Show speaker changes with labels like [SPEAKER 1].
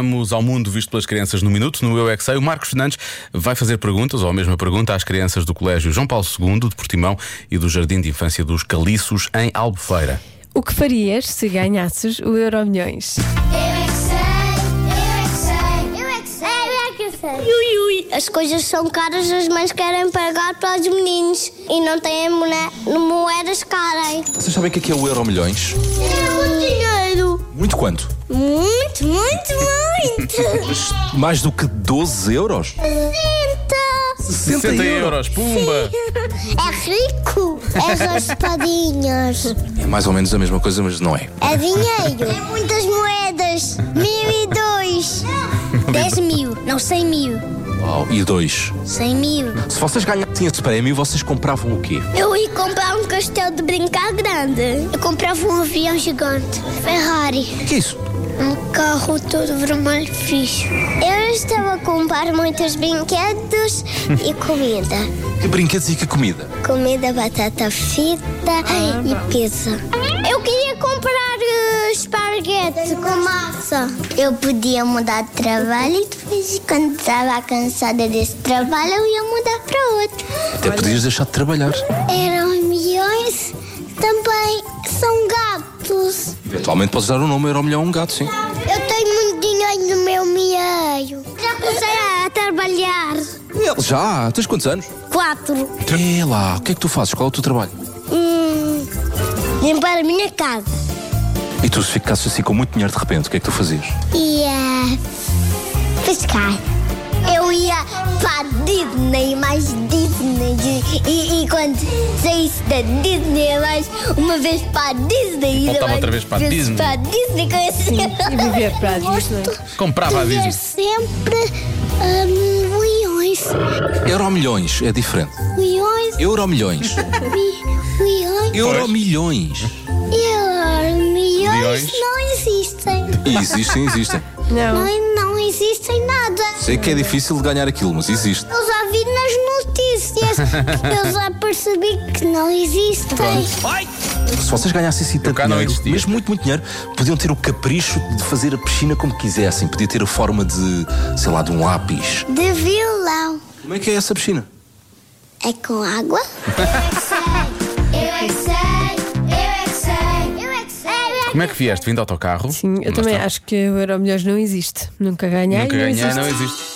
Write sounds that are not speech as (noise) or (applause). [SPEAKER 1] Vamos ao mundo visto pelas crianças no minuto. No Eu é que Sei, o Marcos Fernandes vai fazer perguntas, ou a mesma pergunta, às crianças do Colégio João Paulo II, de Portimão, e do Jardim de Infância dos Caliços, em Albufeira.
[SPEAKER 2] O que farias se ganhasses o Euro Milhões?
[SPEAKER 3] Eu é que sei, eu é que sei, eu é que sei, eu é que sei. Ui, ui. As coisas são caras, as mães querem pagar para os meninos e não têm mone- moedas caras.
[SPEAKER 4] Vocês sabem o que é, que é o Euro Milhões?
[SPEAKER 3] É muito dinheiro.
[SPEAKER 4] Muito quanto?
[SPEAKER 3] Muito, muito, (laughs) muito.
[SPEAKER 4] Mais do que 12 euros?
[SPEAKER 3] 60.
[SPEAKER 4] 60,
[SPEAKER 1] euros, pumba!
[SPEAKER 3] É rico. É raspadinhas.
[SPEAKER 4] É mais ou menos a mesma coisa, mas não é.
[SPEAKER 3] É dinheiro. É muitas moedas. Mil e dois. Dez mil. Não, cem mil.
[SPEAKER 4] Uau, e dois.
[SPEAKER 3] Cem mil.
[SPEAKER 4] Se vocês ganhassem esse prémio, vocês compravam o quê?
[SPEAKER 3] Eu ia comprar um castelo de brincar grande. Eu comprava um avião gigante. um Ferrari.
[SPEAKER 4] O que é isso?
[SPEAKER 3] Um carro todo vermelho fixe. Eu estava a comprar muitos brinquedos e comida.
[SPEAKER 4] Que brinquedos e que comida?
[SPEAKER 3] Comida, batata frita e pizza. Eu queria comprar eh, esparguete com massa. Eu podia mudar de trabalho e depois, quando estava cansada desse trabalho, eu ia mudar para outro.
[SPEAKER 4] Até podias deixar de trabalhar.
[SPEAKER 3] Eram milhões, também são gatos.
[SPEAKER 4] Eventualmente podes dar o nome Euro Milhão a um gato, sim.
[SPEAKER 3] Eu tenho muito dinheiro no meu milheiro. Já comecei a trabalhar.
[SPEAKER 4] Ele já, tens quantos anos?
[SPEAKER 3] Quatro.
[SPEAKER 4] É lá, o que é que tu fazes? Qual é o teu trabalho?
[SPEAKER 3] Hum, limpar a minha casa.
[SPEAKER 4] E tu, se ficasses assim com muito dinheiro de repente, o que é que tu fazias?
[SPEAKER 3] Ia pescar. Eu ia para Disney, mais Disney. E, e quando saísse da Disney, ia mais uma vez para Disney.
[SPEAKER 1] Voltava
[SPEAKER 3] mais
[SPEAKER 1] outra vez para
[SPEAKER 3] vezes
[SPEAKER 1] Disney.
[SPEAKER 3] Para Disney
[SPEAKER 2] Sim, e viver
[SPEAKER 3] (laughs)
[SPEAKER 2] para a Disney.
[SPEAKER 1] Comprava a
[SPEAKER 3] Viver
[SPEAKER 1] Disney.
[SPEAKER 3] sempre hum, leões.
[SPEAKER 4] Euro Milhões é diferente. (laughs)
[SPEAKER 3] Leões,
[SPEAKER 4] Euro Milhões.
[SPEAKER 1] (laughs)
[SPEAKER 3] mi- leões.
[SPEAKER 4] Euro Milhões.
[SPEAKER 3] Eu,
[SPEAKER 1] Leões.
[SPEAKER 3] milhões não existem.
[SPEAKER 4] E existem, existem.
[SPEAKER 2] Não.
[SPEAKER 3] Não, não existem nada.
[SPEAKER 4] Sei que é difícil de ganhar aquilo, mas existe.
[SPEAKER 3] Eu já vi nas notícias. Eu já percebi que não existem.
[SPEAKER 4] Se vocês ganhassem assim tanto
[SPEAKER 1] cá não
[SPEAKER 4] dinheiro,
[SPEAKER 1] existia.
[SPEAKER 4] mesmo muito, muito dinheiro, podiam ter o capricho de fazer a piscina como quisessem. Podia ter a forma de, sei lá, de um lápis.
[SPEAKER 3] De violão.
[SPEAKER 4] Como é que é essa piscina?
[SPEAKER 3] É com água? é Eu é que sei, eu é que sei, eu é que sei, eu é que
[SPEAKER 1] Como é que vieste? Vindo de autocarro?
[SPEAKER 2] Sim, eu
[SPEAKER 1] Mas
[SPEAKER 2] também
[SPEAKER 1] tá.
[SPEAKER 2] acho que o Euro Milhões não existe. Nunca ganhei.
[SPEAKER 1] Nunca
[SPEAKER 2] não
[SPEAKER 1] ganhei,
[SPEAKER 2] existe.
[SPEAKER 1] não existe.